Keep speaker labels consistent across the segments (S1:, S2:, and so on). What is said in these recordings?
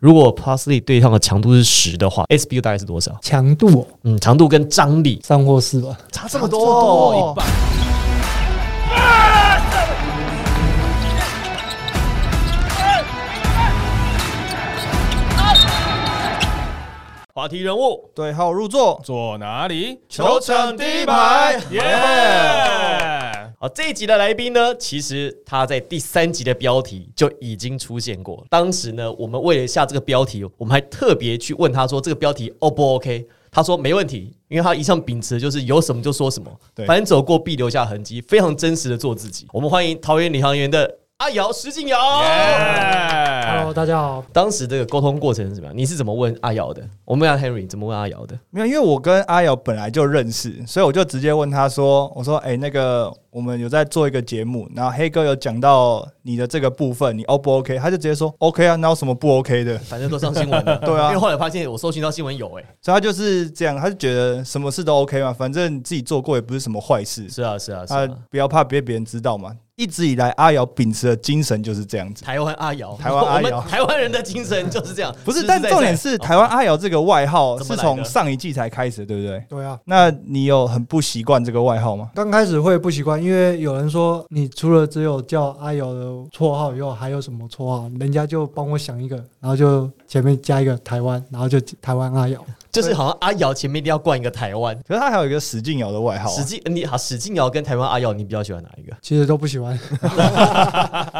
S1: 如果 Plusly 对抗的强度是十的话，SBU 大概是多少？
S2: 强度、哦、
S1: 嗯，强度跟张力
S2: 三或四吧。
S1: 差这么多哦，
S3: 半。
S1: 话题人物
S4: 对号入座，
S3: 坐哪里？
S4: 球场第一排
S3: 耶、
S1: 好，这一集的来宾呢，其实他在第三集的标题就已经出现过。当时呢，我们为了下这个标题，我们还特别去问他说这个标题 O 不 OK？他说没问题，因为他一向秉持就是有什么就说什么，
S3: 对
S1: 反正走过必留下痕迹，非常真实的做自己。我们欢迎桃园领航员的阿瑶石敬瑶。
S3: 哎
S2: Hello，大家哦好，
S1: 当时这个沟通过程是什么样？你是怎么问阿瑶的？我们让 Henry 怎么问阿瑶的？
S4: 没有，因为我跟阿瑶本来就认识，所以我就直接问他说：“我说，哎、那个我们有在做一个节目，然后黑哥有讲到你的这个部分，你 O 不 OK？” 他就直接说：“OK 啊，哪有什么不 OK 的
S1: 反正都上新闻了，
S4: 对啊
S1: 因为后来发现我搜寻到新闻有哎、？”
S4: 所以他就是这样，他就觉得什么事都 OK 嘛，反正自己做过也不是什么坏事，
S1: 是啊是啊是
S4: 他
S1: 啊，
S4: 不要怕被别人知道嘛。一直以来，阿瑶秉持的精神就是这样子。
S1: 台湾阿瑶，
S4: 台湾阿瑶
S1: 我们台湾人的精神就是这样。
S4: 不
S1: 实
S4: 是，
S1: 实在
S4: 但
S1: 在
S4: 重点是
S1: 哦
S4: 台湾阿瑶这个外号
S1: 怎么
S4: 是
S1: 来的
S4: 从上一季才开始，对不对？
S2: 对啊，
S4: 那你有很不习惯这个外号吗？
S2: 刚开始会不习惯，因为有人说你除了只有叫阿瑶的绰号以后，还有什么绰号？人家就帮我想一个，然后就前面加一个台湾，然后就台湾阿瑶。
S1: 就是好像阿瑶前面一定要冠一个台湾。
S4: 可是他还有一个史劲瑶的外号啊、
S1: 史劲，你好，史劲瑶跟台湾阿瑶，你比较喜欢哪一 个？
S2: 其实都不喜欢，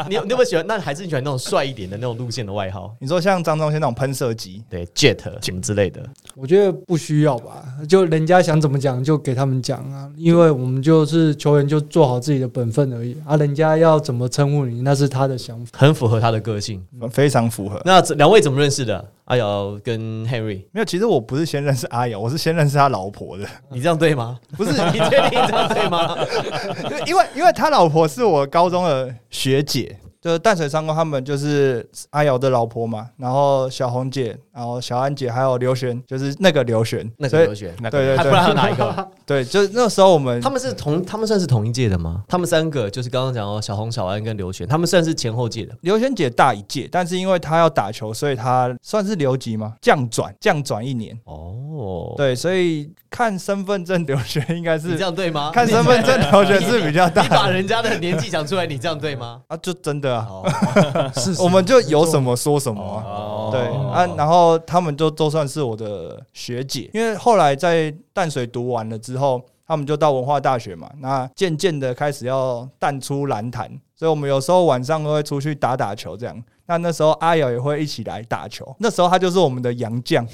S1: 你有你有没有喜欢？那还是你喜欢那种帅一点的那种路线的外号？
S4: 你说像张忠先那种喷射机，
S1: 对，Jet 什么之类的。
S2: 我觉得不需要吧，就人家想怎么讲就给他们讲啊，因为我们就是球员，就做好自己的本分而已啊。人家要怎么称呼你，那是他的想法。
S1: 很符合他的个性。
S4: 非常符合。
S1: 那这两位怎么认识的？阿瑶跟 Henry，
S4: 没有，其实我不是先认识阿瑶，我是先认识他老婆 的。
S1: 你这样对吗？
S4: 不是，
S1: 你确定这样对吗？
S4: 因为因为他老婆是我高中的学姐，就是淡水商工他们就是阿瑶的老婆嘛，然后小红姐，然后小安姐，还有刘璇，就是那个刘璇，
S1: 那
S4: 所
S1: 个
S4: 以
S1: 刘璇，
S3: 那
S4: 对
S3: 个
S4: 对
S1: 啊他不
S4: 对
S1: 然还有哪一个？
S4: 对，就是那时候我 们
S1: 他们是同，他们算是同一届的吗？他们三个就是刚刚讲哦，小红、小安跟刘璇，他们算是前后届的。
S4: 刘璇姐大一届，但是因为她要打球，所以她算是留级吗？降转降转一年，
S1: 哦，
S4: 对，所以看身份证刘璇应该
S1: 你这
S4: 是
S1: 样对吗？
S4: 看身份证刘璇是比 较
S1: 你
S4: 大
S1: 把人家的年纪讲出来，你这样对 吗？
S4: 啊，就真的啊，
S1: 哦，
S2: 是
S4: 我们就有什么说什么啊、
S3: 哦
S4: 对啊，然后他们就都算是我的学姐，因为后来在淡水读完了之后，他们就到文化大学嘛，那渐渐的开始要淡出篮坛，所以我们有时候晚上都会出去打打球这样。那那时候阿瑶也会一起来打球，那时候他就是我们的洋将，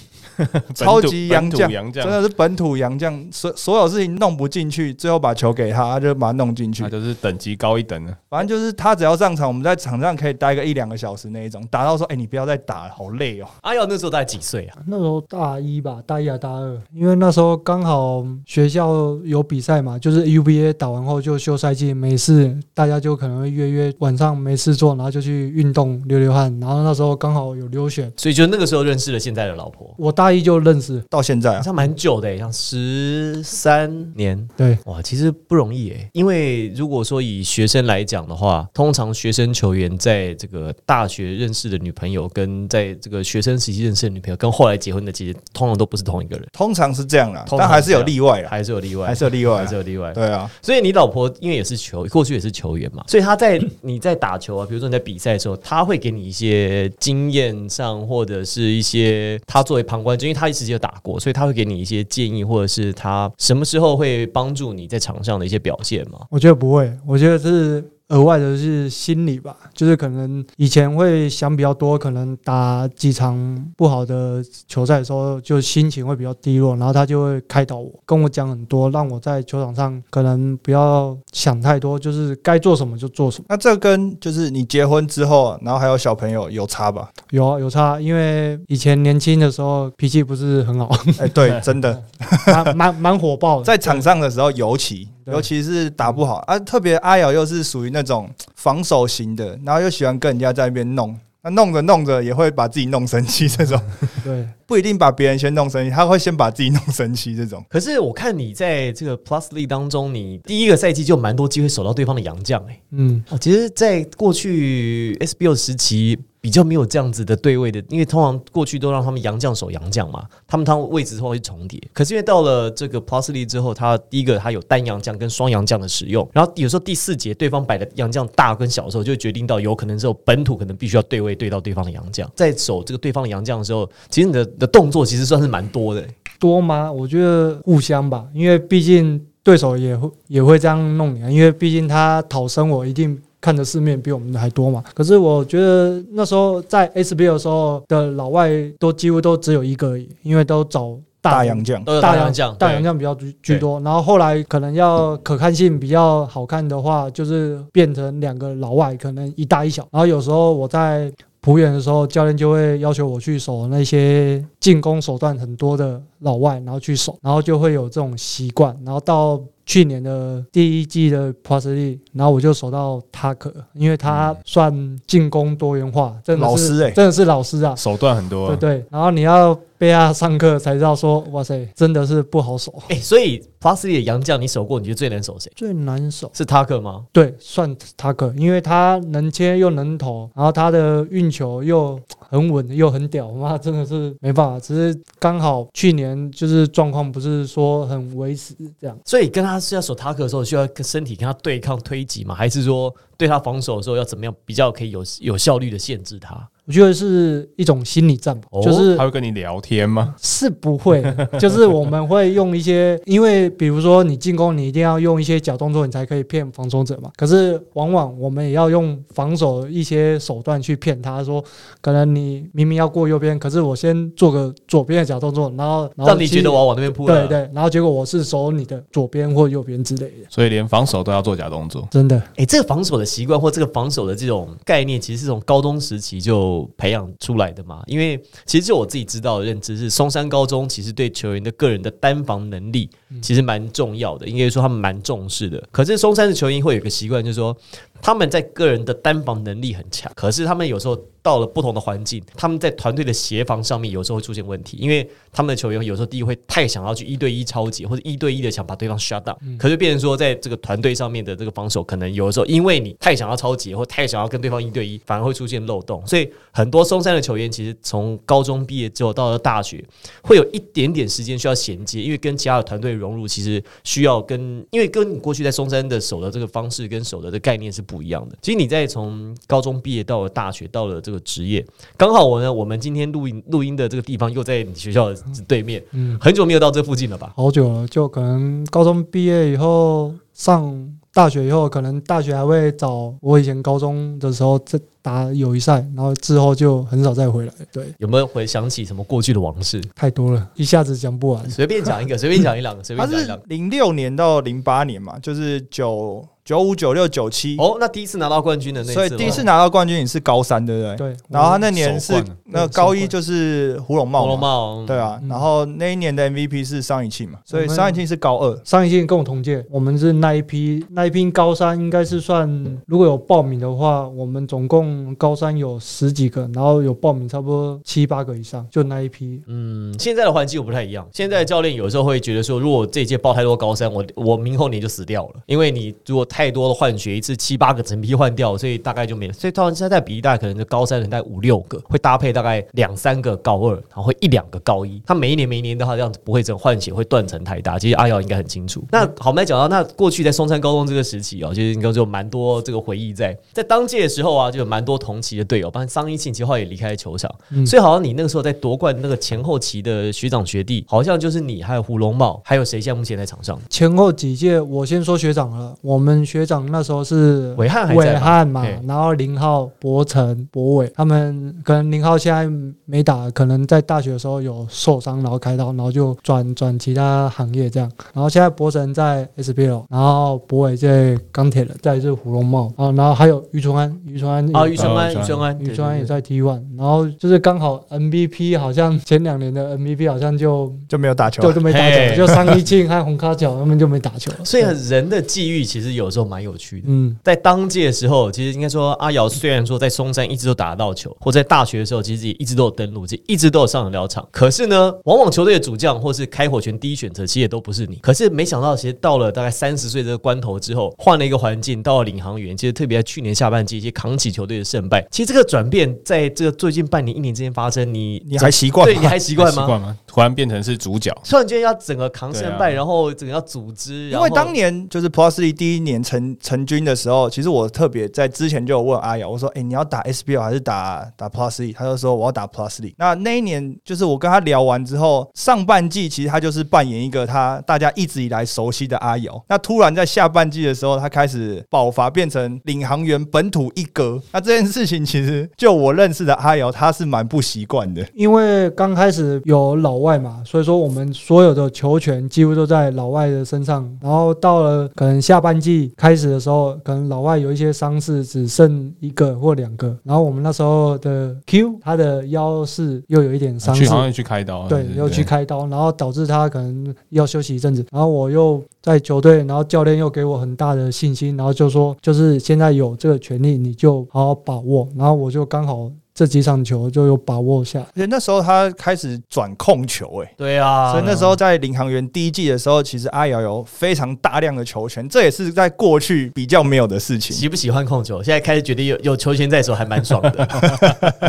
S4: 超级洋将，
S3: 洋
S4: 真的是本土洋将，所所有事情弄不进去，最后把球给他，他就把它弄进去
S3: 那。就是等级高一等了。
S4: 反正就是他只要上场，我们在场上可以待个一两个小时那一种，打到说，哎、你不要再打了，好累哦。
S1: 阿瑶那时候大概几岁啊？
S2: 那时候大一吧，大一还大二，因为那时候刚好学校有比赛嘛，就是 UBA 打完后就休赛季，没事，大家就可能会约约晚上没事做，然后就去运动流流汗。然后那时候刚好有溜选，
S1: 所以就那个时候认识了现在的老婆，
S2: 我大一就认识，
S4: 到现在
S1: 好
S4: 啊，
S1: 像蛮久的耶，欸像十三年。
S2: 对，
S1: 哇，其实不容易耶，因为如果说以学生来讲的话，通常学生球员在这个大学认识的女朋友，跟在这个学生时期认识的女朋友，跟后来结婚的，其实通常都不是同一个人，
S4: 通常是这样啦，
S1: 通常
S4: 但还是有例外啦，
S1: 还是有例外，
S4: 啊还是有例外
S1: 还是
S4: 啦。
S1: 有例外。
S4: 对啊，
S1: 所以你老婆因为也是球，过去也是球员嘛，所以她在你在打球啊，比如说你在比赛的时候，她会给你一些经验上，或者是一些她作为旁观者，因为她一直有打过，所以她会给你一些建议，或者是她什么时候会帮助你在场上的一些表现嘛。
S2: 我觉得不会，我觉得是额外的是心理吧，就是可能以前会想比较多，可能打几场不好的球赛的时候，就心情会比较低落，然后他就会开导我，跟我讲很多，让我在球场上可能不要想太多，就是该做什么就做什么。
S4: 那这跟就是你结婚之后，然后还有小朋友有差 吧？
S2: 有啊，有差，因为以前年轻的时候脾气不是很好，
S4: 哎，对，真的，
S2: 蛮蛮蛮火爆的，
S4: 在场上的时候，尤其
S2: 对
S4: 尤其是打不好啊，特别阿瑶又是属于那种防守型的，然后又喜欢跟人家在那边弄，那弄着弄着也会把自己弄生气，这 种
S2: 对。
S4: 不一定把别人先弄生气，他会先把自己弄生气，这种。
S1: 可是我看你在这个 Plus League 当中，你第一个赛季就蛮多机会守到对方的洋将哎、
S2: 嗯，
S1: 哦，其实，在过去 SBO 时期。比较没有这样子的对位的，因为通常过去都让他们洋将守洋将嘛，他们他们位置通常会重叠。可是因为到了这个 Plus League 之后，他第一个他有单洋将跟双洋将的使用，然后有时候第四节对方摆的洋将大跟小的时候，就会决定到有可能是有本土可能必须要对位对到对方的洋将，在守这个对方的洋将的时候，其实你的的动作其实算是蛮多的、
S2: 多吗？我觉得互相吧，因为毕竟对手也会也会这样弄你啊，因为毕竟他讨生我一定。看的世面比我们还多嘛？可是我觉得那时候在 SBL 的时候的老外都几乎都只有一个而已，因为都找
S4: 大
S2: 大
S4: 洋将，
S1: 都有
S2: 大
S1: 大
S2: 洋
S1: 洋将，
S2: 大
S1: 对
S2: 洋将比较居居多。然后后来可能要可看性比较好看的话，就是变成两个老外，可能一大一小。然后有时候我在浦远的时候，教练就会要求我去守那些进攻手段很多的老外，然后去守，然后就会有这种习惯。然后到去年的第一季的 Plus League，然后我就守到塔克，因为他
S1: 嗯
S2: 算进攻多元化，真的是
S4: 老师欸
S2: 真的是老师啊，
S3: 手段很多
S2: 对
S3: 啊，
S2: 对，然后你要被他上课才知道说，哇塞，真的是不好守，
S1: 哎、所以 Plus League 的洋将你守过，你觉得最难守谁？
S2: 最难守。
S1: 是 Tucker 吗？
S2: 对，算塔克，因为他能切又能投，然后他的运球又很稳又很屌，妈真的是没办法。只是刚好去年就是状况不是说很维持这样，
S1: 所以跟他是要守塔克的时候，需要跟身体跟他对抗推挤吗？还是说对他防守的时候要怎么样比较可以有有效率的限制他？
S2: 我觉得是一种心理战吧，
S1: 哦
S2: 就是
S3: 他会跟你聊天吗？
S2: 是 不会的，就是我们会用一些，因为比如说你进攻，你一定要用一些假动作，你才可以骗防守者嘛。可是往往我们也要用防守一些手段去骗他说，可能你明明要过右边，可是我先做个左边的假动作，然后然后
S1: 让你
S2: 哦其实
S1: 觉得我要往那边扑
S2: 对
S1: 了。
S2: 对，然后结果我是守你的左边或右边之类的，
S3: 所以连防守都要做假动作。
S2: 真的。
S1: 哎、这个防守的习惯或这个防守的这种概念，其实是从高中时期就培养出来的嘛。因为其实就我自己知道的认知是，松山高中其实对球员的个人的单防能力其实蛮重要的，应该说他们蛮重视的。可是松山的球员会有一个习惯，就是说他们在个人的单防能力很强，可是他们有时候到了不同的环境，他们在团队的协防上面有时候会出现问题，因为他们的球员有时候第一会太想要去一对一超级或者一对一的想把对方 shut down，、可是变成说在这个团队上面的这个防守，可能有的时候因为你太想要超级或太想要跟对方一对一，反而会出现漏洞。所以很多松山的球员其实从高中毕业之后到了大学，会有一点点时间需要衔接，因为跟其他的团队融入，其实需要跟，因为跟你过去在松山的守的这个方式跟守的这个概念是不一样的。其实你在从高中毕业到了大学，到了这个职业，刚好我呢，我们今天录音录音的这个地方又在你学校的对 面，
S2: 嗯
S1: 很久没有到这附近了吧？
S2: 好久了，就可能高中毕业以后上大学以后，可能大学还会找我以前高中的时候在打友谊赛，然后之后就很少再回来。对，
S1: 有没有回想起什么过去的往事？
S2: 太多了，一下子讲不完。
S1: 随便讲一个，随便讲一两个，随
S4: 他
S1: 便讲一两
S4: 是
S1: 个。
S4: 零六年到零八年嘛，就是九九五九六九七，
S1: 哦，那第一次拿到冠军的那一次
S4: 所
S1: 吗，
S4: 以第一次拿到冠军也是高三，对不对？
S2: 对，
S4: 然后他
S2: 我
S4: 那年
S3: 首
S4: 是
S3: 冠啊
S4: 那高一就是胡龙
S1: 红
S4: 茂
S1: 龙
S4: 嘛，
S1: 帽，
S4: 对啊，
S2: 嗯
S4: 然后那一年的 MVP 是桑以庆嘛，所
S1: 嗯
S4: 以
S2: 我们
S4: 桑以庆是高二，
S2: 上一届跟我同届，我们是那一批，那一批高三应该是算，如果有报名的话，我们总共高三有十几个，然后有报名差不多七八个以上，就那一批。
S1: 嗯，现在的环境又不太一样。现在的教练有时候会觉得说，如果这一届报太多高三，我我明后年就死掉了，因为你如果太多的换血，一次七八个整批换掉，所以大概就没了。所以到现在比例大概可能就高三的大概五六个，会搭配大概两三个高二，然后会一两个高一。他每一年每一年的话，这样子不会这种换血会断层太大。其实阿瑶应该很清楚。那好，我们来讲到那过去在松山高中这个时期哦，其实应该就有蛮多这个回忆在在当届的时候啊，就有蛮多同期的队友，包括桑一庆，其实后来也离开了球场。所以好像你那个时候在夺冠那个前后期的学长学弟，好像就是你，还有胡龙茂，还有谁现在目前在场上？
S2: 前后几届，我先说学长了。我们学长那时候是
S1: 伟汉还在
S2: 伟
S1: 吧
S2: 汉嘛
S1: 嘿，
S2: 然后林浩、博成、博伟他们，可能林浩现在没打，可能在大学的时候有受伤，然后开刀，然后就转转其他行业这样。然后现在博成在 SBL，然后博伟在钢铁人，再来是胡龙茂啊，然后还有于春安，于春安呃
S1: 啊，余春安，
S3: 余春
S1: 余春安，
S2: 于专也
S1: 对。对对
S2: 在 T one，然后就是刚好 MVP 好像前两年的 MVP 好像就
S4: 就没有打球
S2: 就
S4: 啊，
S2: 都没打球，
S1: 嘿
S2: 就桑一庆和红卡角他们就没打球，
S1: 所以人的际遇其实有时候蛮有趣的。
S2: 嗯，
S1: 在当届的时候，其实应该说阿瑶虽然说在松山一直都打得到球，或在大学的时候其实也一直都有登陆，其实一直都有上得了场。可是呢，往往球队的主将或是开火权第一选择，其实也都不是你。可是没想到，其实到了大概三十岁这个关头之后，换了一个环境，到了领航员，其实特别在去年下半季，其实扛起球队队的胜败。其实这个转变在这个最近半年、一年之间发生，你
S4: 你还习惯
S1: 对
S4: 吗
S1: 你还习惯
S3: 哎习
S1: 吗？
S3: 惯吗？突然变成是主角，
S1: 突然间要整个扛胜败，
S3: 对啊
S1: 然后整个要组织，
S4: 因
S1: 然后
S4: 为当年就是 Plus 第一年成成军的时候，其实我特别在之前就有问阿瑶，我说：“哎、你要打 SBL 还是打打 Plus 他就说：“我要打 Plus 那那一年就是我跟他聊完之后，上半季其实他就是扮演一个他大家一直以来熟悉的阿瑶。那突然在下半季的时候，他开始爆发，变成领航员本土一哥。那这件事情其实就我认识的阿瑶，他是蛮不习惯的。
S2: 因为刚开始有老外嘛，所以说我们所有的球权几乎都在老外的身上。然后到了可能下半季开始的时候，可能老外有一些伤势只剩一个或两个，然后我们那时候的 Q 他的腰是又有一点伤
S3: 去
S2: 势
S3: 好，像去开刀，啊
S2: 对
S3: 是，
S2: 又去开刀，然后导致他可能要休息一阵子。然后我又在球队，然后教练又给我很大的信心，然后就说，就是现在有这个权利，你就好好把握。然后我就刚好这几场球就有把握下来。
S4: 而且那时候他开始转控球、哎。
S1: 对啊，
S4: 所以那时候在领航员第一季的时候，其实阿瑶有非常大量的球权，这也是在过去比较没有的事情。
S1: 喜不喜欢控球？现在开始觉得有有球权在手还蛮爽的。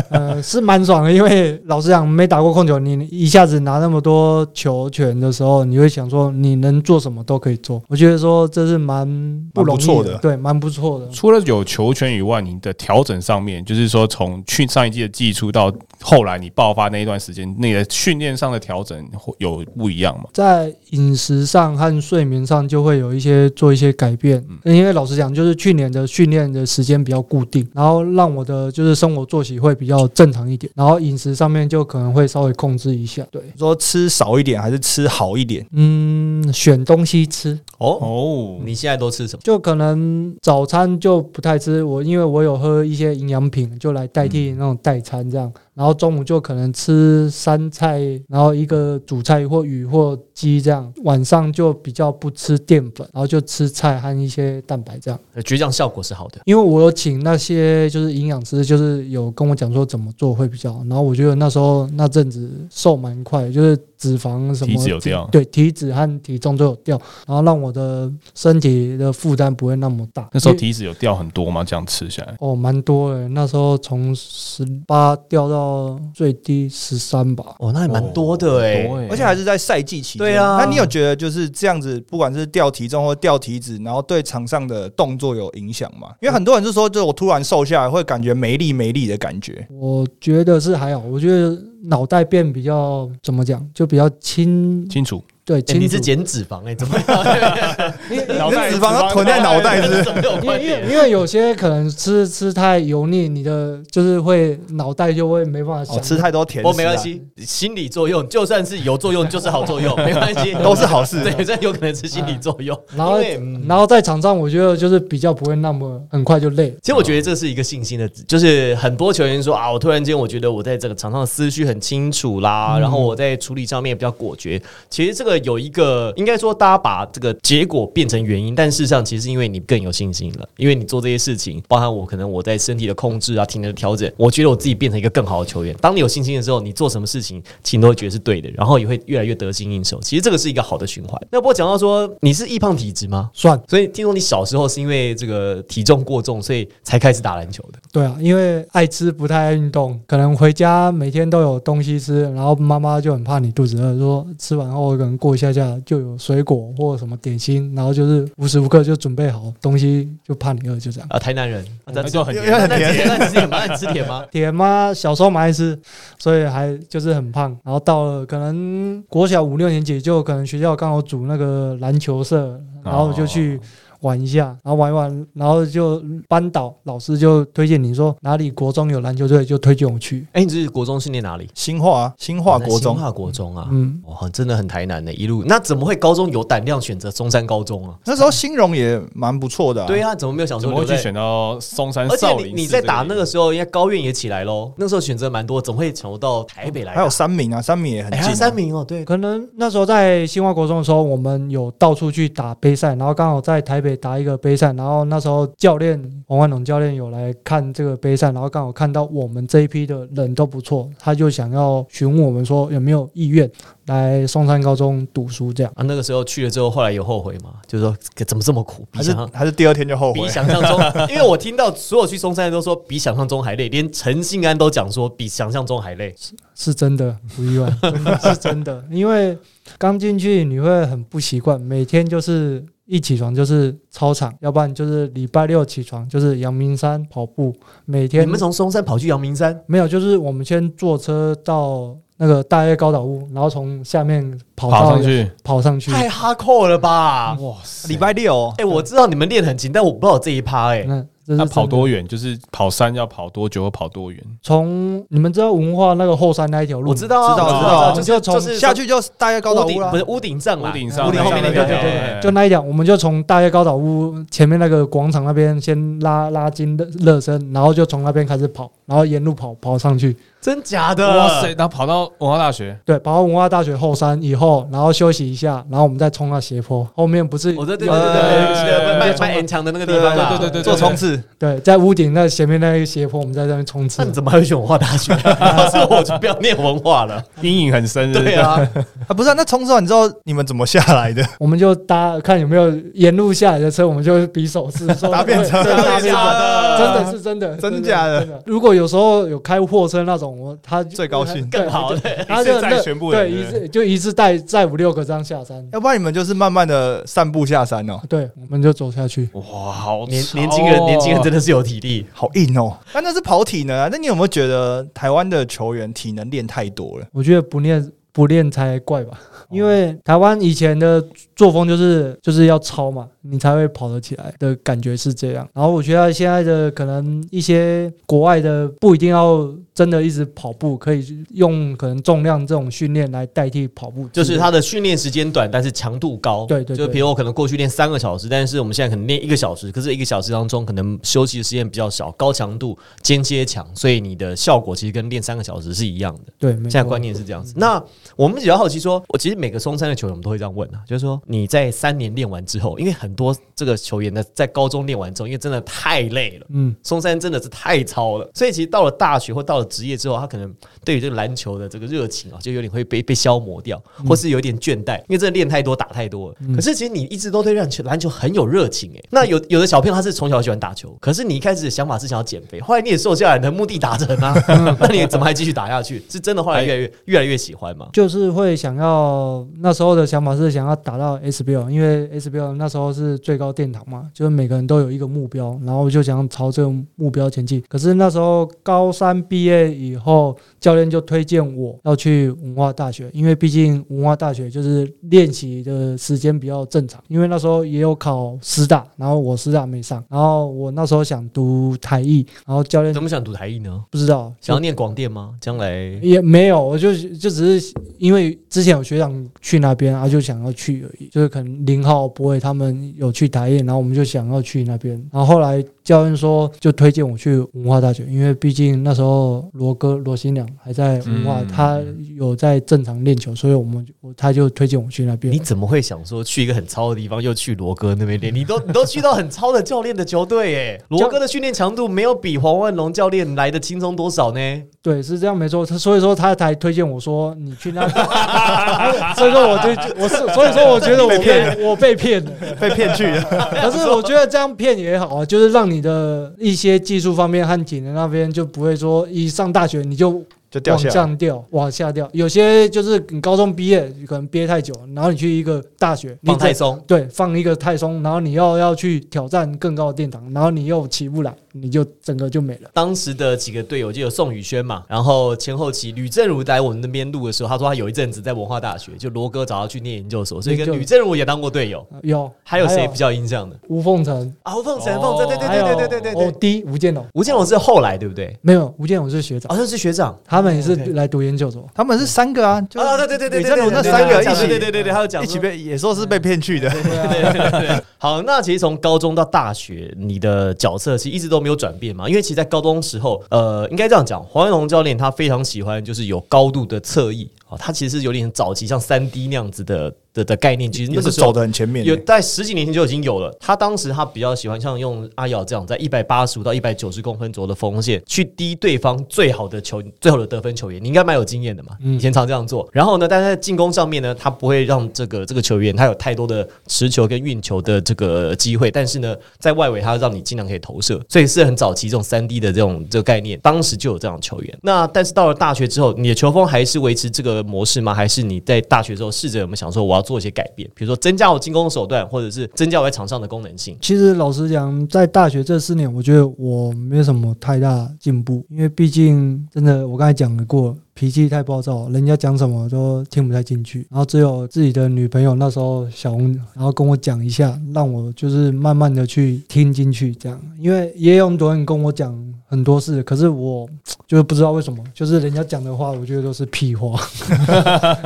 S2: 呃，是蛮爽的，因为老实讲，没打过控球，你一下子拿那么多球权的时候，你会想说，你能做什么都可以做。我觉得说这是蛮不容易
S4: 蛮不错的
S2: 对，蛮不错的。
S3: 除了有球权以外，你的调整上面，就是说从去上一季的季初到后来你爆发那一段时间，你的训练上的调整会有不一样吗？
S2: 在饮食上和睡眠上就会有一些做一些改变，
S4: 嗯
S2: 因为老实讲，就是去年的训练的时间比较固定，然后让我的就是生活作息会比较正常一点，然后饮食上面就可能会稍微控制一下。对，
S4: 说吃少一点还是吃好一点？
S2: 嗯，选东西吃，
S1: 哦，
S3: 哦，
S1: 你现在都吃什么？
S2: 就可能早餐就不太吃，我因为我有喝一些营养品，就来代替那种代餐这样。然后中午就可能吃三菜，然后一个主菜或鱼或鸡这样。晚上就比较不吃淀粉，然后就吃菜和一些蛋白这样。
S1: 呃倔强效果是好的。
S2: 因为我有请那些就是营养师，就是有跟我讲说怎么做会比较好。然后我觉得那时候那阵子瘦蛮快，就是脂肪什么
S3: 体脂有掉
S2: 对，体脂和体重都有掉，然后让我的身体的负担不会那么大。
S3: 那时候
S2: 因为
S3: 体脂有掉很多吗？这样吃下来，
S2: 哦，蛮多诶，那时候从十八掉到最低十三吧。
S1: 哦，那还蛮多的哎、
S3: 很多欸
S4: 而且还是在赛季期间。
S1: 对啊
S4: 那你有觉得就是这样子，不管是掉体重或掉体脂，然后对场上的动作有影响吗？因为很多人是说，就我突然瘦下来，会感觉没力没力的感觉。
S2: 我觉得是还好，我觉得脑袋变比较怎么讲，就比较清，
S3: 清楚。
S2: 对，
S1: 哎
S2: 清
S1: 你
S2: 楚
S1: 是减脂肪哎、怎么样？
S4: 你的脂肪都囤在脑 袋是不是？
S1: 怎么有
S2: 因
S1: 关
S2: 为因为
S1: 联？
S2: 因为有些可能吃吃太油腻，你的就是会脑袋就会没办法
S4: 哦，
S2: 想。
S4: 吃太多甜食、
S1: 我没关，系，心理作用就算是有作用，就是好作用，没关系，
S4: 都是好事。
S1: 对，这有可能是心理作用。
S2: 然后
S1: 因为嗯
S2: 然后在场上，我觉得就是比较不会那么很快就累。
S1: 其实我觉得这是一个信心的，就是很多球员说啊，我突然间我觉得我在这个场上的思绪很清楚啦，然后我在处理上面也比较果决。其实这个有一个，应该说大家把这个结果变成原因，但事实上其实是因为你更有信心了，因为你做这些事情，包含我可能我在身体的控制啊、体能的调整，我觉得我自己变成一个更好的球员。当你有信心的时候，你做什么事情，其实你都会觉得是对的，然后也会越来越得心应手。其实这个是一个好的循环。那不过讲到说，你是易胖体质吗？
S2: 算
S1: 所以听说你小时候是因为这个体重过重，所以才开始打篮球的。
S2: 对啊，因为爱吃不太爱运动，可能回家每天都有东西吃，然后妈妈就很怕你肚子饿，说吃完后可能过一下下就有水果或什么点心，然后就是无时无刻就准备好东西，就怕你饿，就这样。
S1: 啊，台南人，啊
S3: 那就很
S4: 因为
S1: 那
S4: 很
S1: 那
S4: 甜
S1: 你吃那你吃甜吗？那你吃甜吗？
S2: 铁妈小时候蛮爱吃，所以还就是很胖。然后到了可能国小五六年级，就可能学校刚好组那个篮球社，然后就哦去玩一下，然后玩一玩，然后就班导老师就推荐你说哪里国中有篮球队，就推荐我去。
S1: 哎，你这是国中是念哪里？
S4: 新化，啊新化国中，
S1: 化国中啊，
S2: 嗯，
S1: 哇，真的很台南的，一路那怎么会高中有胆量选择中山高中啊？
S4: 那时候新荣也蛮不错的、啊。
S1: 对啊，怎么没有想
S3: 怎
S1: 说
S3: 么会
S1: 留
S3: 去
S1: 在？
S3: 选到松山
S1: 而且
S3: 少林寺这个
S1: 你
S3: 地方？
S1: 你在打那个时候，应该高院也起来喽，那时候选择蛮多，怎么会想到台北来打？
S4: 还有三名啊，三名也很
S1: 哎
S4: 近、啊
S1: 呀，三名哦，对，
S2: 可能那时候在新华国中的时候，我们有到处去打杯赛，然后刚好在台北北打一个杯赛，然后那时候教练王万龙教练有来看这个杯赛，然后刚好看到我们这一批的人都不错，他就想要询问我们说有没有意愿来松山高中读书这样。
S1: 啊，那个时候去了之后，后来有后悔吗？就是说可怎么这么苦，啊比
S4: 还是
S1: 想象
S4: 还是第二天就后悔
S1: 比。想象 中，因为我听到所有去松山的都说比想象中还累，连陈信安都讲说比想象中还累。
S2: 是真的，不 意外，真的是真的。因为刚进去你会很不习惯，每天就是一起床就是操场，要不然就是礼拜六起床就是阳明山跑步，每
S1: 你
S2: 天
S1: 们从松山跑去阳明山，
S2: 没有，就是我们先坐车到那个大叶高岛屋，然后从下面跑
S3: 跑
S2: 到
S3: 上去，
S2: 跑上去。
S1: 太哈扣了吧？
S3: 哇
S4: 礼拜六哦
S1: 哎、我知道你们练很勤，但我不知道这一趴哎、
S2: 那嗯这是
S3: 那
S2: 真
S3: 跑
S2: 的
S3: 多远？就是跑山要跑多久？或跑多远？
S1: 嗯
S2: 从你们知道文化那个后山那一条路吗，
S1: 我知道啊，
S4: 知道
S1: 我
S4: 知道
S1: 就是
S2: 就从
S1: 就是
S4: 下去就大概高岛
S1: 屋
S4: 屋
S1: 顶
S4: 啦
S1: 不。是屋顶上啦，啊
S3: 屋顶上
S1: 屋顶后面那
S3: 个哎
S1: 个，对对对。
S2: 就那一条，我们就从大叶高岛屋前面那个广场那边先拉拉筋热热身，然后就从那边开始跑，然后沿路跑跑上去，
S1: 真假的？
S3: 哇塞！然后跑到文化大学，
S2: 对，跑到文化大学后山以后，然后休息一下，然后我们再冲到斜坡后面不是
S1: 我在对对
S2: 有
S1: 对对对，
S3: 呃
S1: 卖卖 N 墙的那个地方啊，
S3: 对对对对
S4: 做冲刺，
S2: 对，在屋顶那前面那个斜坡，我们在那边冲刺
S1: 那你。怎么还会选文化大学？要是我就不要念文化了。
S3: 阴影很深。是不是
S1: 对，啊，
S4: 啊，不是啊，那冲刺完之后你们怎么下 来的？
S2: 我们就搭看有没有沿路下来的车，我们就比手 势说
S4: 搭便车
S2: 对
S1: 啊真
S2: 搭
S1: 的
S2: 便
S1: 假
S2: 车，
S1: 的？
S2: 真的是真的，
S4: 真假的
S2: 真如果有时候有开货车那种，我他就
S4: 最高兴
S2: 对
S1: 更好的。
S2: 他就
S3: 一次载
S2: 那
S3: 全部人
S2: 对
S3: 对
S2: 一
S3: 不对
S2: 次就一次带带五六个这样下山，
S4: 要不然你们就是慢慢的散步下山哦，
S2: 对，我们就走下去。
S3: 哇，好哦
S1: 年年轻
S2: 哦
S1: 人，年轻人真的是有体力。
S4: 好硬哦。那那是跑体能啊，那你有没有觉得台湾的球员体能练太 多了？
S2: 我觉得不练不练才怪吧，
S1: 哦
S2: 因为台湾以前的作风就是就是要超嘛，你才会跑得起来的感觉是这样。然后我觉得现在的可能一些国外的不一定要真的一直跑步，可以用可能重量这种训练来代替跑步之类的，
S1: 就是他的训练时间短，但是强度高。
S2: 对对对
S1: 就比如我可能过去练三个小时，但是我们现在可能练一个小时，可是一个小时当中可能休息的时间比较少，高强度间接强，所以你的效果其实跟练三个小时是一样的。
S2: 对，没
S1: 现在
S2: 错嗯
S1: 观念是这样子。那我们比较好奇说，我其实每个松山的球员我们都会这样问啊，就是说你在三年练完之后，因为很多这个球员呢在高中练完之后，因为真的太累了。
S2: 嗯，
S1: 松山真的是太超了，所以其实到了大学或到了职业之后，他可能对于这个篮球的这个热情啊，就有点会被被消磨掉，或是有点倦怠，因为真的练太多打太多了。可是其实你一直都对篮球篮球很有热情诶、哎那有有的小朋友他是从小喜欢打球，可是你一开始的想法是想要减肥，后来你也瘦下来，你的目的达成 啊，那你怎么还继续打下去？是真的后来越来越越来越喜欢嘛？
S2: 就是会想要那时候的想法是想要达到 SBL，因为 SBL 那时候是最高殿堂嘛，就是每个人都有一个目标，然后我就想朝这个目标前进。可是那时候高三毕业以后，教练就推荐我要去文化大学，因为毕竟文化大学就是练习的时间比较正常。因为那时候也有考师大，然后我师大没上，然后我那时候想读台艺，然后教练
S1: 哎怎么想读台艺呢？
S2: 不知道
S1: 想要念广电吗？将来
S2: 也没有，我就就只是因为之前有学长去那边，啊，就想要去而已。就是可能林浩、博伟他们有去台演，然后我们就想要去那边。然后后来教练说，就推荐我去文化大学，因为毕竟那时候罗哥罗新良还在文化，
S3: 嗯
S2: 他有在正常练球，所以我们就我他就推荐我去那边
S1: 你。怎么会想说去一个很超的地方，又去罗哥那边练？你都你都去到很超的教练的球队耶！罗哥的训练强度没有比黄万龙教练来的轻松多少呢？
S2: 对，是这样没错。他所以说他才推荐我说你去那边， 所以说我就我是所以说我觉得我
S4: 被骗
S2: 被我被骗了。
S4: 被骗去 的，
S2: 可是我觉得这样骗也好啊，就是让你的一些技术方面和体能那边就不会说一上大学你就
S4: 就掉
S2: 往
S4: 下来。
S2: 上掉、往下掉。有些就是你高中毕业可能憋太久，然后你去一个大学，你
S1: 放太
S2: 只
S1: 松，
S2: 对放一个太松，然后你又要去挑战更高的殿堂，然后你又起不来，你就整个就没了。
S1: 当时的几个队友就有宋宇轩嘛，然后前后期吕正如来我们那边录的时候，他说他有一阵子在文化大学，就罗哥找他去念研究所，所以跟
S2: 研究
S1: 吕正如也当过队友。
S2: 呃有
S1: 还有谁比？较印象的？
S2: 吴凤城，
S1: 啊，吴凤
S3: 哦
S1: 城，凤城，对对对对对对对对。
S2: 哦，D 吴建龙
S1: 吴建龙是后来对不对？
S2: 没有，吴建龙是学长
S1: 好，像是学长。
S2: 他们也是
S1: 哦 OK
S2: 来读研究所。
S4: 他们是三个啊，就
S1: 啊，对对对对
S4: 吕
S1: 对，
S4: 正如那
S1: 对对
S4: 三个
S1: 对对
S4: 一
S1: 对
S4: 起
S1: 对对对，他有讲
S4: 一
S1: 说
S4: 起被也说是被骗去的。
S2: 对啊，
S1: 对对对，好，那其实从高中到大学，你的角色其实一直都没有转变嘛，因为其实，在高中时候，呃，应该这样讲，黄彦龙教练他非常喜欢就是有高度的侧翼哦，它其实有点早期像三 D 那样子的的的概念，其实
S4: 也
S1: 那
S4: 是
S1: 个时候
S4: 走的很前面
S1: 有
S4: 的。
S1: 在十几年前就已经有了。他当时他比较喜欢像用阿瑶这样，在一百八十五到一百九十公分左右的锋线去低对方最好的球、最好的得分球员。你应该蛮有经验的嘛，
S2: 嗯
S1: 以前常这样做。然后呢，但是在进攻上面呢，他不会让这个这个球员他有太多的持球跟运球的这个机会，但是呢，在外围他让你尽量可以投射，所以是很早期这种三 D 的这种这个概念，当时就有这样的球员。那但是到了大学之后，你的球风还是维持这个模式吗？还是你在大学之后试着有没有想说我要做一些改变，比如说增加我进攻手段，啊或者是增加我在场上的功能性？
S2: 其实老实讲，在大学这四年，我觉得我没什么太大进步，因为毕竟真的我刚才讲过，脾气太暴躁，人家讲什么都听不太进去。然后只有自己的女朋友那时候小红，然后跟我讲一下，让我就是慢慢的去听进去，这样。因为也有很多人跟我讲很多事，可是我就是不知道为什么，就是人家讲的话，我觉得都是屁话。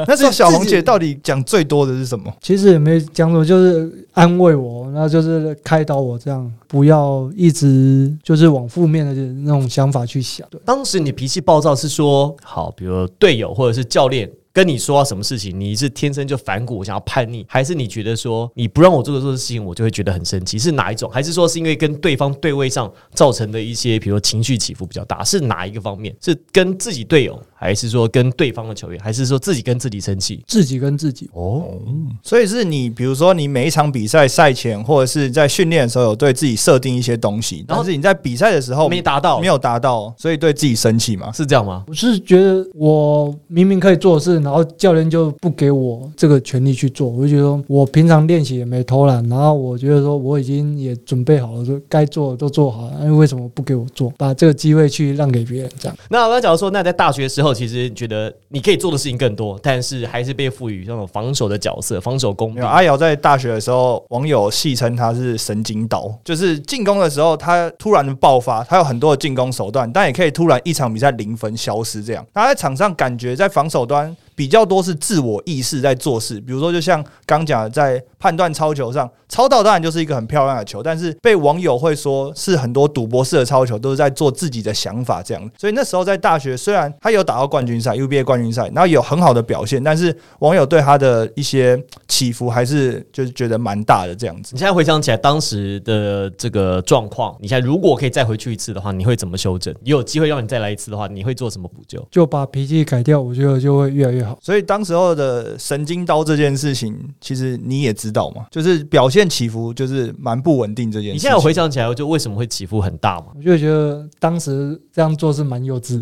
S4: 那时候小红
S2: 自己
S4: 姐到底讲最多的是什么？
S2: 其实也没讲什么，就是安慰我，那就是开导我，这样不要一直就是往负面的那种想法去想。对，
S1: 当时你脾气暴躁是说，好，比如队友或者是教练跟你说什么事情，你是天生就反骨，想要叛逆，还是你觉得说你不让我做的做的事情，我就会觉得很生气，是哪一种？还是说是因为跟对方对位上造成的一些，比如说情绪起伏比较大，是哪一个方面？是跟自己队友，还是说跟对方的球员，还是说自己跟自己生气？
S2: 自己跟自己，
S1: 哦，
S4: 所以是你，比如说你每一场比赛赛前或者是在训练的时候，有对自己设定一些东西，
S1: 然后
S4: 但是你在比赛的时候
S1: 没达到，
S4: 没有达到，所以对自己生气嘛？
S1: 是这样吗？
S2: 我是觉得我明明可以做的事，然后教练就不给我这个权利去做，我就觉得我平常练习也没偷懒，然后我觉得说我已经也准备好了，说该做的都做好了，哎那为什么不给我做？把这个机会去让给别人，这样。
S1: 那我要假如说，那在大学时候，其实你觉得你可以做的事情更多，但是还是被赋予那种防守的角色，防守功
S4: 没
S1: 底
S4: 有，。阿瑶在大学的时候，网友戏称她是神经刀，就是进攻的时候她突然的爆发，她有很多的进攻手段，但也可以突然一场比赛零分消失这样。她在场上感觉在防守端比较多是自我意识在做事，比如说就像刚讲的，在判断超球上，超到当然就是一个很漂亮的球，但是被网友会说是很多赌博式的超球都是在做自己的想法这样。所以那时候在大学，虽然她有打到冠军赛 UBA 冠军赛，然后有很好的表现，但是网友对她的一些起伏还是就是觉得蛮大的这样子。
S1: 你现在回想起来当时的这个状况，你现在如果可以再回去一次的话，你会怎么修正？也有机会让你再来一次的话，你会做什么补救？
S2: 就把脾气改掉，我觉得就会越来越好。
S4: 所以当时候的神经刀这件事情，其实你也知道嘛，就是表现起伏就是蛮不稳定这件事情。
S1: 你现在有回想起来，就为什么会起伏很大嘛？
S2: 我就觉得当时这样做是蛮幼稚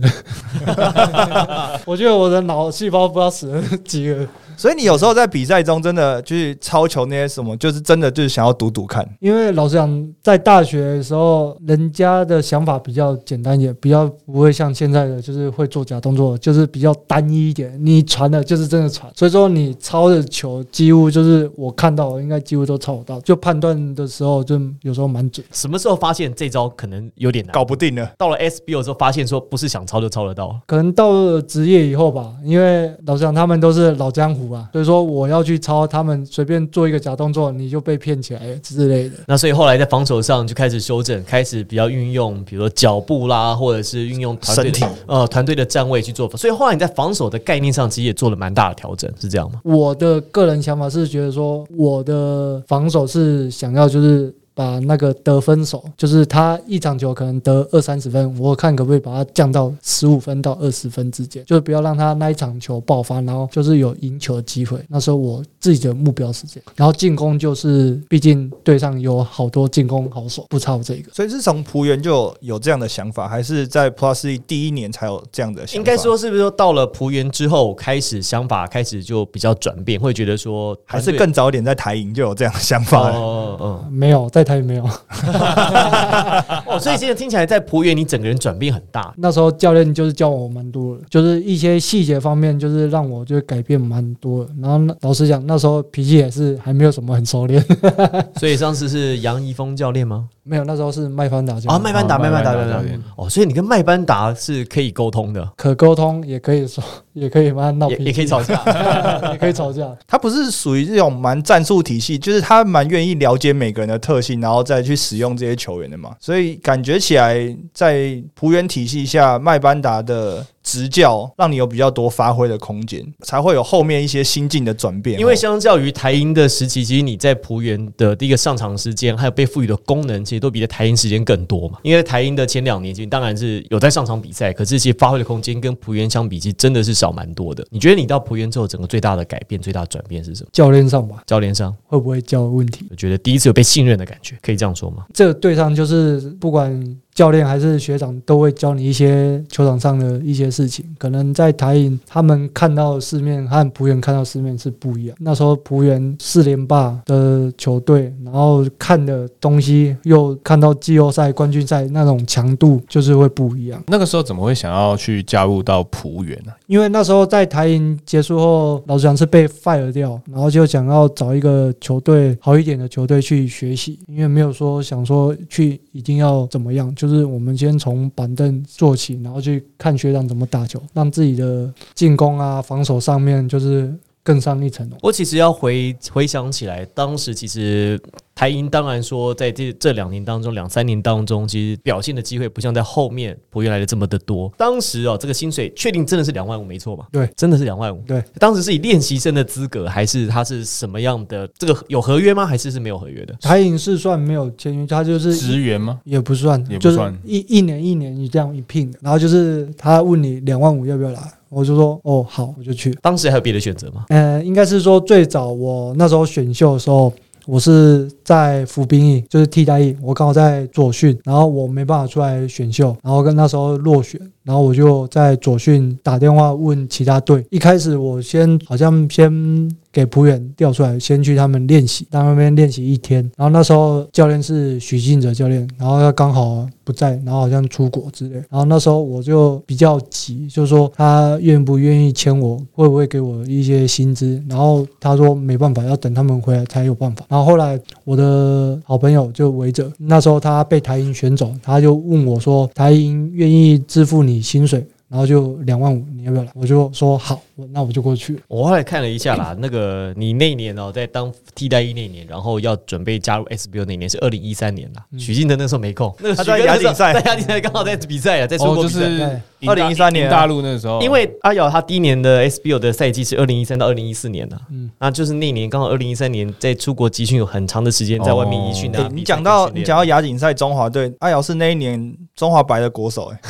S2: 的， 我觉得我的脑细胞不知道死了几个，
S4: 所以你有时候在比赛中真的就是超球那些什么，就是真的就是想要赌赌看。
S2: 因为老实讲，在大学的时候，人家的想法比较简单一点，比较不会像现在的就是会做假动作，就是比较单一一点，你传的就是真的传，所以说你抄的球几乎就是我看到的应该几乎都抄得到，就判断的时候就有时候蛮准。
S1: 什么时候发现这招可能有点难？
S4: 搞不定了，
S1: 到了 SBO 之后，发现说不是想抄就抄得到。
S2: 可能到了职业以后吧，因为老实讲，他们都是老江湖啊，所以说我要去抄他们，随便做一个假动作，你就被骗起来之类的。
S1: 那所以后来在防守上就开始修正，开始比较运用，比如说脚步啦，或者是运用团队
S4: 身
S1: 的呃团队的站位去做。所以后来你在防守的概念上，其实也做了蛮大的调整，是这样吗？
S2: 我的个人想法是觉得说，我的防守是想要就是。把那个得分手，就是他一场球可能得二三十分，我看可不可以把它降到十五分到二十分之间，就是不要让他那一场球爆发，然后就是有赢球的机会。那时候我自己的目标是这样，然后进攻就是，毕竟队上有好多进攻好手，不差我这一个。
S4: 所以是从葡园就有有这样的想法，还是在 Plus E 第一年才有这样的想法？
S1: 应该说是不是说到了葡园之后，开始想法开始就比较转变，会觉得说
S4: 还是
S1: 团队
S4: 更早点在台营就有这样的想法了。
S1: 哦哦
S2: 没有，在台北没有。
S1: 哦哦，所以现在听起来在葡园你整个人转变很大。
S2: 那时候教练就是教我蛮多的，就是一些细节方面，就是让我就改变蛮多的。然后那老实讲，那时候脾气也是还没有什么很熟练，
S1: 所以上次是杨怡峰教练吗？
S2: 没有，那时候是哦麦班达教
S1: 啊，
S2: 练，
S1: 麦班达，
S3: 啊
S1: 麦班达，麦
S3: 麦班达
S1: 班
S3: 教
S1: 达
S3: 练。
S1: 哦，所以你跟麦班达是可以沟通的，
S2: 可沟通，也可以说， 也可以跟他闹
S1: 也
S2: 脾气，
S1: 也可以吵架。
S2: 也可以吵架。
S4: 他不是属于这种蛮战术体系，就是他蛮愿意了解每个人的特性，然后再去使用这些球员的嘛。所以感觉起来，在葡园体系下，麦班达的执教，让你有比较多发挥的空间，才会有后面一些心境的转变哦。
S1: 因为相较于台银的时期，其实你在浦原的第一个上场时间，还有被赋予的功能，其实都比在台银时间更多嘛。因为台银的前两年，其实当然是有在上场比赛，可是其实发挥的空间跟浦原相比，其实真的是少蛮多的。你觉得你到浦原之后，整个最大的改变、最大的转变是什么？
S2: 教练上吧，
S1: 教练上，
S2: 会不会教的问题？
S1: 我觉得第一次有被信任的感觉，可以这样说吗？
S2: 这个对上就是不管教练还是学长都会教你一些球场上的一些事情。可能在台影，他们看到的世面和浦原看到的世面是不一样。那时候浦原四连霸的球队，然后看的东西又看到季后赛、冠军赛那种强度，就是会不一样。
S3: 那个时候怎么会想要去加入到浦原啊呢、
S2: 因为那时候在台银结束后，老实讲是被 fire 掉，然后就想要找一个球队好一点的球队去学习，因为没有说想说去一定要怎么样，就是我们先从板凳做起，然后去看学长怎么打球，让自己的进攻啊、防守上面就是更上一层哦楼。
S1: 我其实要回回想起来，当时其实台银当然说，在这这两年当中，两三年当中，其实表现的机会不像在后面浦原来的这么的多。当时哦，这个薪水确定真的是两万五，没错嘛？
S2: 对，
S1: 真的是两万五。
S2: 对，
S1: 当时是以练习生的资格，还是他是什么样的？这个有合约吗？还是是没有合约的？
S2: 台银是算没有签约，他就是
S3: 职员吗？
S2: 也不算，
S3: 也不
S2: 就是
S3: 算
S2: 一一年一年你这样一聘的，然后就是他问你两万五要不要来，我就说哦好，我就去。
S1: 当时还有别的选择吗？
S2: 呃，应该是说最早我那时候选秀的时候，我是在服兵役，就是替代役，我刚好在左训，然后我没办法出来选秀，然后跟那时候落选，然后我就在左训打电话问其他队。一开始我先好像先。给浦远调出来，先去他们练习，到那边练习一天。然后那时候教练是许晋哲教练，然后他刚好不在，然后好像出国之类。然后那时候我就比较急，就是说他愿不愿意签我，会不会给我一些薪资。然后他说没办法，要等他们回来才有办法。然后后来我的好朋友就围着，那时候他被台银选走，他就问我说，台银愿意支付你薪水。然后就两万五，你要不要来？我就说好，我那我就过去。
S1: 我后来看了一下啦，那个你那一年哦，在当替代役那一年，然后要准备加入 SBO 那一年是二零一三年啦。
S2: 嗯
S1: 许晋德那时候没空，那个
S4: 他
S1: 许晋
S4: 在
S1: 德
S4: 亚
S1: 那时候
S4: 锦赛
S1: 在亚锦赛刚好在比赛啊，在出
S3: 哦，
S1: 国
S3: 就
S1: 比赛。
S3: 是哦赢大
S4: 2013年啊
S3: 赢大陆那时候，
S1: 因为阿瑶他第一年的 SBO 的赛季是二零一三到二零一四年的、啊
S2: 嗯
S1: 那就是那年刚好二零一三年在出国集训有很长的时间在外面集训
S4: 对
S1: 啊。
S4: 你讲到你讲到亚锦赛中华队，阿瑶是那一年中华白的国手、欸，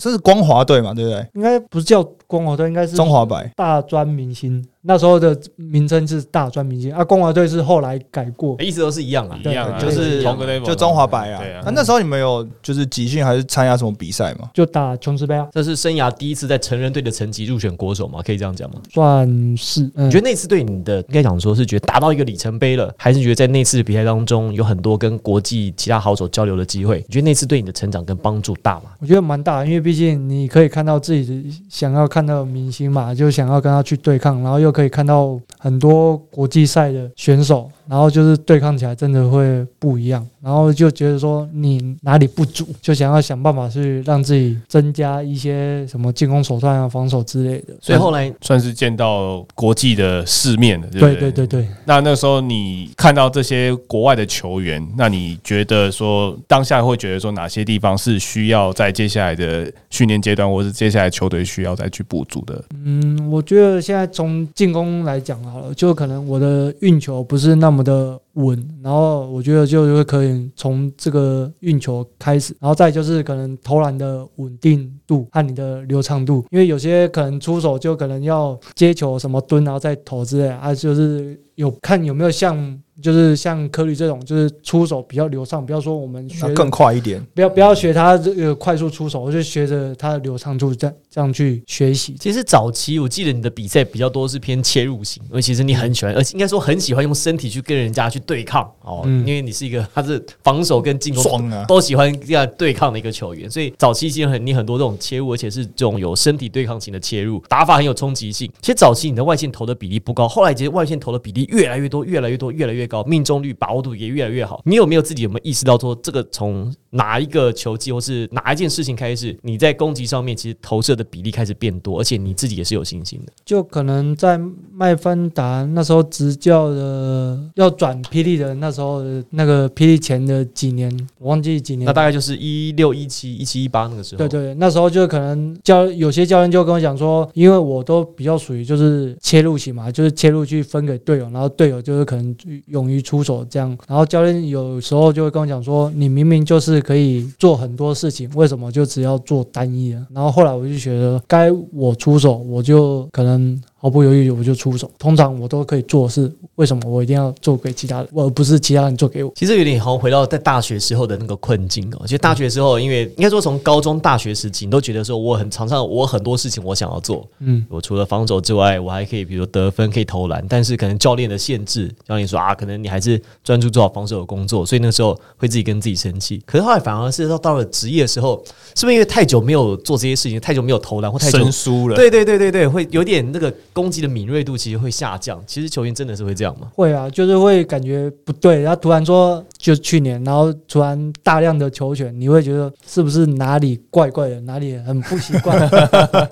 S4: 这是光华队嘛，对不对？
S2: 应该不是叫光华队，应该是
S4: 中华白，
S2: 大专明星。那时候的名称是大专明星啊，光华队是后来改过。
S1: 意思都是一样啊
S3: 一。样啊，
S2: 对
S4: 就是
S3: 同个 level，
S4: 就中华白啊。
S3: 对啊
S4: 那、，那时候你们有就是集训还是参加什么比赛吗？
S2: 就打琼斯杯啊，
S1: 这是生涯第一次在成人队的层级入选国手嘛？可以这样讲吗？
S2: 算是。嗯
S1: 你觉得那次对你的应该讲说是觉得达到一个里程碑了，还是觉得在那次比赛当中有很多跟国际其他好手交流的机会？你觉得那次对你的成长跟帮助大吗？
S2: 我觉得蛮大的，因为毕竟你可以看到自己想要看到的明星嘛，就想要跟他去对抗，然后又可以看到很多国际赛的选手，然后就是对抗起来真的会不一样，然后就觉得说你哪里不足，就想要想办法去让自己增加一些什么进攻手段啊、防守之类的。
S1: 所以后来
S3: 算是见到国际的世面了，对不
S2: 对对对对，
S3: 那那时候你看到这些国外的球员，那你觉得说当下会觉得说哪些地方是需要在接下来的训练阶段，或是接下来球队需要再去补足的？
S2: 嗯，我觉得现在从进攻来讲好了，就可能我的运球不是那么的稳，然后我觉得就会可以从这个运球开始，然后再就是可能投篮的稳定度和你的流畅度，因为有些可能出手就可能要接球什么蹲然后再投之类的啊，就是有看有没有像。就是像科里这种，就是出手比较流畅，不要说我们学
S4: 那啊更快一点，
S2: 不要不要学他这个快速出手，我就学着他的流畅度这样这样去学习。
S1: 其实早期我记得你的比赛比较多是偏切入型，因为其实你很喜欢，而且应该说很喜欢用身体去跟人家去对抗哦，
S2: 嗯
S1: 因为你是一个他是防守跟进攻
S4: 爽啊！
S1: 都喜欢这样对抗的一个球员，所以早期其实很你很多这种切入，而且是这种有身体对抗型的切入，打法很有冲击性。其实早期你的外线投的比例不高，后来其实外线投的比例越来越多，越来越多，越来越高，命中率把握度也越来越好。你有没有自己有没有意识到说，这个从哪一个球技或是哪一件事情开始，你在攻击上面其实投射的的比例开始变多，而且你自己也是有信心的。
S2: 就可能在麦芬达那时候执教的要转霹雳的那时候的那个霹雳前的几年，我忘记几年
S1: 那。大概就是一六、一七、一七、一八那个时候。
S2: 对对，那时候就可能教有些教练就跟我讲说，因为我都比较属于就是切入型嘛，就是切入去分给队友，然后队友就是可能勇于出手这样。然后教练有时候就会跟我讲说，你明明就是可以做很多事情，为什么就只要做单一的？然后后来我就觉得，该我出手，我就可能。毫不犹豫我就出手，通常我都可以做的事，为什么我一定要做给其他人，而不是其他人做给我？
S1: 其实有点好像回到在大学时候的那个困境哦。其实大学时候，因为应该说从高中、大学时期，你都觉得说我很常常我很多事情我想要做，
S2: 嗯，
S1: 我除了防守之外，我还可以比如说得分、可以投篮，但是可能教练的限制，教练说啊，可能你还是专注做好防守的工作，所以那时候会自己跟自己生气。可是后来反而是到到了职业的时候，是不是因为太久没有做这些事情，太久没有投篮或太久
S3: 生疏了。
S1: 对对对对对，会有点那个攻击的敏锐度其实会下降。其实球员真的是会这样吗？
S2: 会啊，就是会感觉不对，然后突然说就去年，然后突然大量的球权，你会觉得是不是哪里怪怪的，哪里很不习 惯？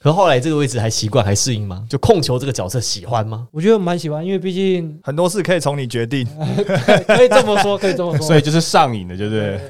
S1: 可后来这个位置还习惯还适应吗？就控球这个角色喜欢吗？
S2: 我觉得蛮喜欢，因为毕竟
S4: 很多事可以从你决定。
S2: 可以这么说，可以这么说。
S3: 所以就是上瘾的，对不对？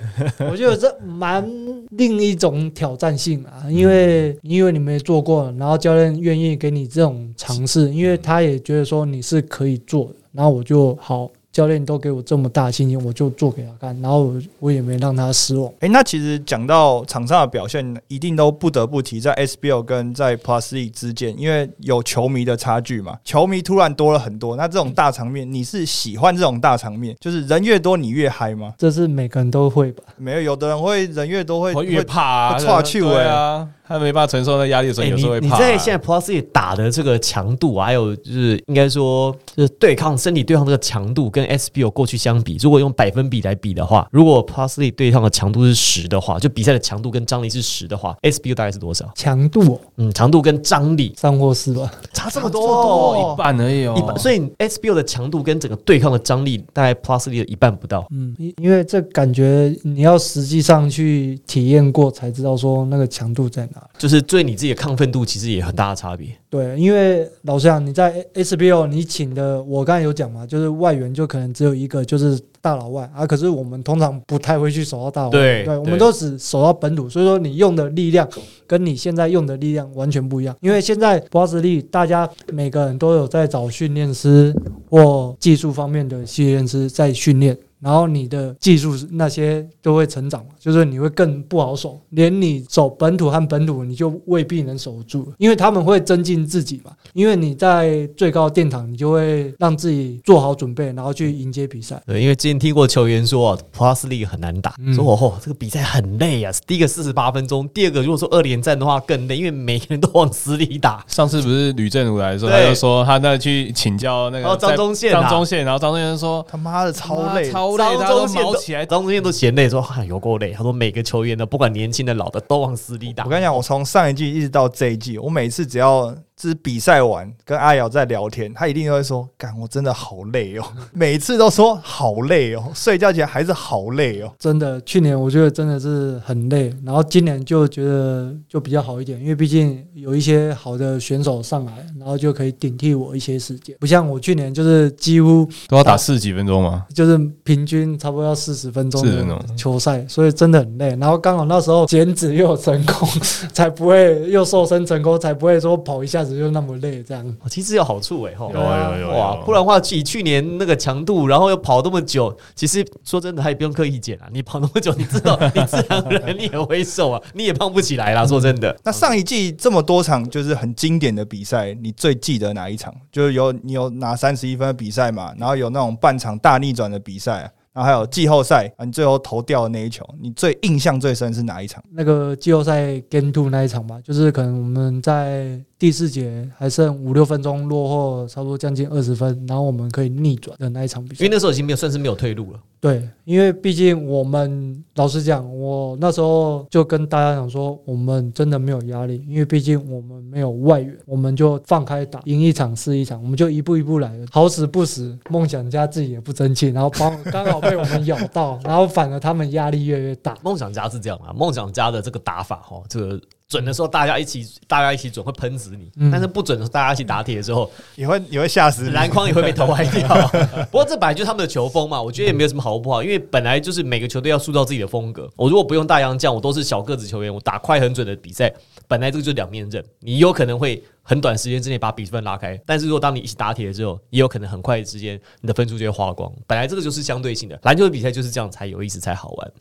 S2: 我觉得这蛮另一种挑战性啊，因
S3: 嗯
S2: 为因为你没做过，然后教练愿意给你这种尝试，因为他也觉得说你是可以做的，然后我就好，教练都给我这么大信心，我就做给他看，然后我我也没让他失望。
S4: 哎、那其实讲到场上的表现，一定都不得不提在 SBL 跟在 Plus E 之间，因为有球迷的差距嘛，球迷突然多了很多。那这种大场面，你是喜欢这种大场面，就是人越多你越嗨吗？
S2: 这是每个人都会吧？
S4: 没有，有的人会人越多会
S3: 我越
S4: 会
S3: 怕啊，
S4: 会岔气
S3: 对啊，他没办法承受那压力的时候，
S1: 哎
S3: 有时候会
S1: 你你
S3: 怕啊。
S1: 在现在 Plus 里打的这个强度啊，还有就是应该说就是对抗身体对抗这个强度跟 SBO 过去相比，如果用百分比来比的话，如果 Plus 里对抗的强度是十的话，就比赛的强度跟张力是十的话，SBO 大概是多少？
S2: 强度、哦、
S1: 嗯，长度跟张力
S2: 三或四吧，
S1: 差这
S4: 这
S1: 么
S4: 么
S1: 多
S4: 多
S1: 哦。
S4: 哦
S3: 半而已哦，
S1: 一半，所以 SBO 的强度跟整个对抗的张力大概 Plus 里的一半不到。
S2: 嗯，因因为这感觉你要实际上去体验过才知道说那个强度在哪。
S1: 就是对你自己的亢奋度其实也很大的差别。
S2: 对，因为老实讲，你在 SBO 你请的，我刚才有讲嘛，就是外援就可能只有一个，就是大老外啊。可是我们通常不太会去守到大老外，
S3: 对
S2: 对，我
S3: 对
S2: 们都只守到本土，所以说你用的力量跟你现在用的力量完全不一样。因为现在博斯利，大家每个人都有在找训练师或技术方面的训练师在训练。然后你的技术那些都会成长嘛，就是你会更不好守，连你守本土和本土，你就未必能守住，因为他们会增进自己嘛。因为你在最高殿堂，你就会让自己做好准备，然后去迎接比赛。
S1: 对，因为之前听过球员说啊，Plus League 很难打，
S2: 嗯
S1: 说哦这个比赛很累啊，第一个四十八分钟，第二个如果说二连战的话更累，因为每个人都往死里 打。
S3: 上次不是吕正如来的时候，他
S1: 对
S3: 就说他那去请教那
S1: 哦
S3: 个
S1: 张宗宪啊
S3: 张宗宪，然后张宗宪就说
S4: 他妈的超累
S3: 妈。超累，大家都毛起来。
S1: 张宗宪都嫌累，说哎有够累。他说每个球员呢，不管年轻的老的，都往死里打
S4: 我。跟你讲，我从上一季一直到这一季，我每次只要就是比赛完跟阿瑶在聊天，他一定都会说：“干，我真的好累哦。”每次都说好累哦，睡觉前还是好累哦。
S2: 真的，去年我觉得真的是很累，然后今年就觉得就比较好一点，因为毕竟有一些好的选手上来，然后就可以顶替我一些时间，不像我去年就是几乎
S3: 都要打四十几分钟吗？
S2: 就是平均差不多要四十分钟
S3: 40分
S2: 的
S3: 钟
S2: 球赛，所以真的很累。然后刚好那时候减脂又有成功，才不会又瘦身成功，才不会说跑一下子就那么累这样。
S1: 哦其实有好处哎吼
S3: 有。啊有有有
S1: 哇，不然的话，以去年那个强度，然后又跑那么久，其实说真的，他也不用刻意减啊。你跑那么久，你知 道，你自然而然你也会瘦啊，你也胖不起来啦。说真
S3: 嗯
S1: 的，
S4: 那上一季这么多场就是很经典的比赛，你最记得哪一场？就是有你有拿三十一分的比赛嘛，然后有那种半场大逆转的比赛、然后还有季后赛啊，你最后投掉的那一球，你最印象最深是哪一场？
S2: 那个季后赛 Game Two 那一场吧，就是可能我们在第四节还剩五六分钟落后，差不多将近二十分，然后我们可以逆转的那一场比
S1: 因为
S2: 赛。
S1: 那时候已经没有算是没有退路了。
S2: 对，因为毕竟我们老实讲，我那时候就跟大家讲说，我们真的没有压力，因为毕竟我们没有外援，我们就放开打，赢一场是一场，我们就一步一步来，好死不死，梦想家自己也不争气，然后帮刚好被我们咬到，然后反而他们压力越来越大。
S1: 梦想家是这样啊，梦想家的这个打法哈，这个准的时候大家一起大家一起准会喷死你，
S2: 嗯
S1: 但是不准的时候大家一起打铁的时候，
S4: 也会也会吓死你。
S1: 篮筐也会被投歪掉。 不过这本来就是他们的球风嘛，我觉得也没有什么好不好，因为本来就是每个球队要塑造自己的风格。我如果不用大洋将，我都是小个子球员，我打快很准的比赛，本来这个就是两面刃，你有可能会很短时间之内把比分拉开，但是如果当你一起打铁之后，也有可能很快之间你的分数就会花光。本来这个就是相对性的，篮球的比赛就是这样才有意思才好玩。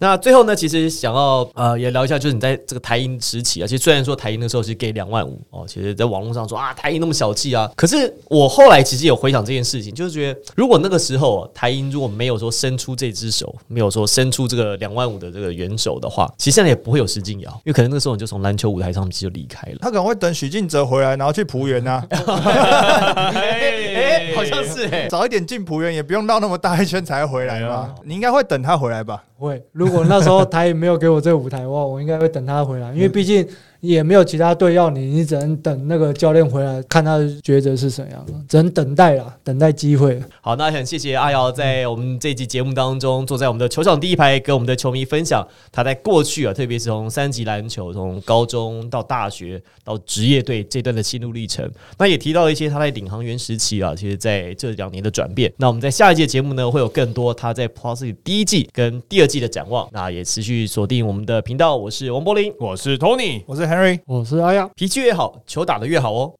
S1: 那最后呢，其实想要呃也聊一下，就是你在这个台银时期啊，其实虽然说台银那时候是给两万五哦，其实在网络上说啊台银那么小气啊，可是我后来其实有回想这件事情，就是觉得如果那个时候、啊、台银如果没有说伸出这只手，没有说伸出这个两万五的这个援手的话，其实现在也不会有石敬尧，因为可能那个时候你就从篮球舞台上面就离开了。
S4: 他可能会等许晋哲回来，然后去浦原啊，
S1: 哎、 好像是哎、
S4: 早一点进浦原，也不用绕那么大一圈才回来嘛
S3: 哎。
S4: 你应该会等他回来吧？
S2: 会，如果那时候台也没有给我这个舞台的话，我应该会等他回来，因为毕竟也没有其他队要你，你只能等那个教练回来，看他的抉择是怎样，只能等待啦，等待机会。
S1: 好，那很谢谢阿瑶在我们这一集节目当中，坐在我们的球场第一排，跟我们的球迷分享他在过去啊，特别是从三级篮球，从高中到大学到职业队这段的心路历程。那也提到了一些他在领航员时期啊，其实在这两年的转变。那我们在下一届节目呢，会有更多他在 Plus 第一季跟第二季的展望。那也持续锁定我们的频道，我是王柏林，
S3: 嗯我是 Tony，
S4: 我是 Henry，
S2: 我是阿耀。啊
S1: 脾气越好，球打得越好哦。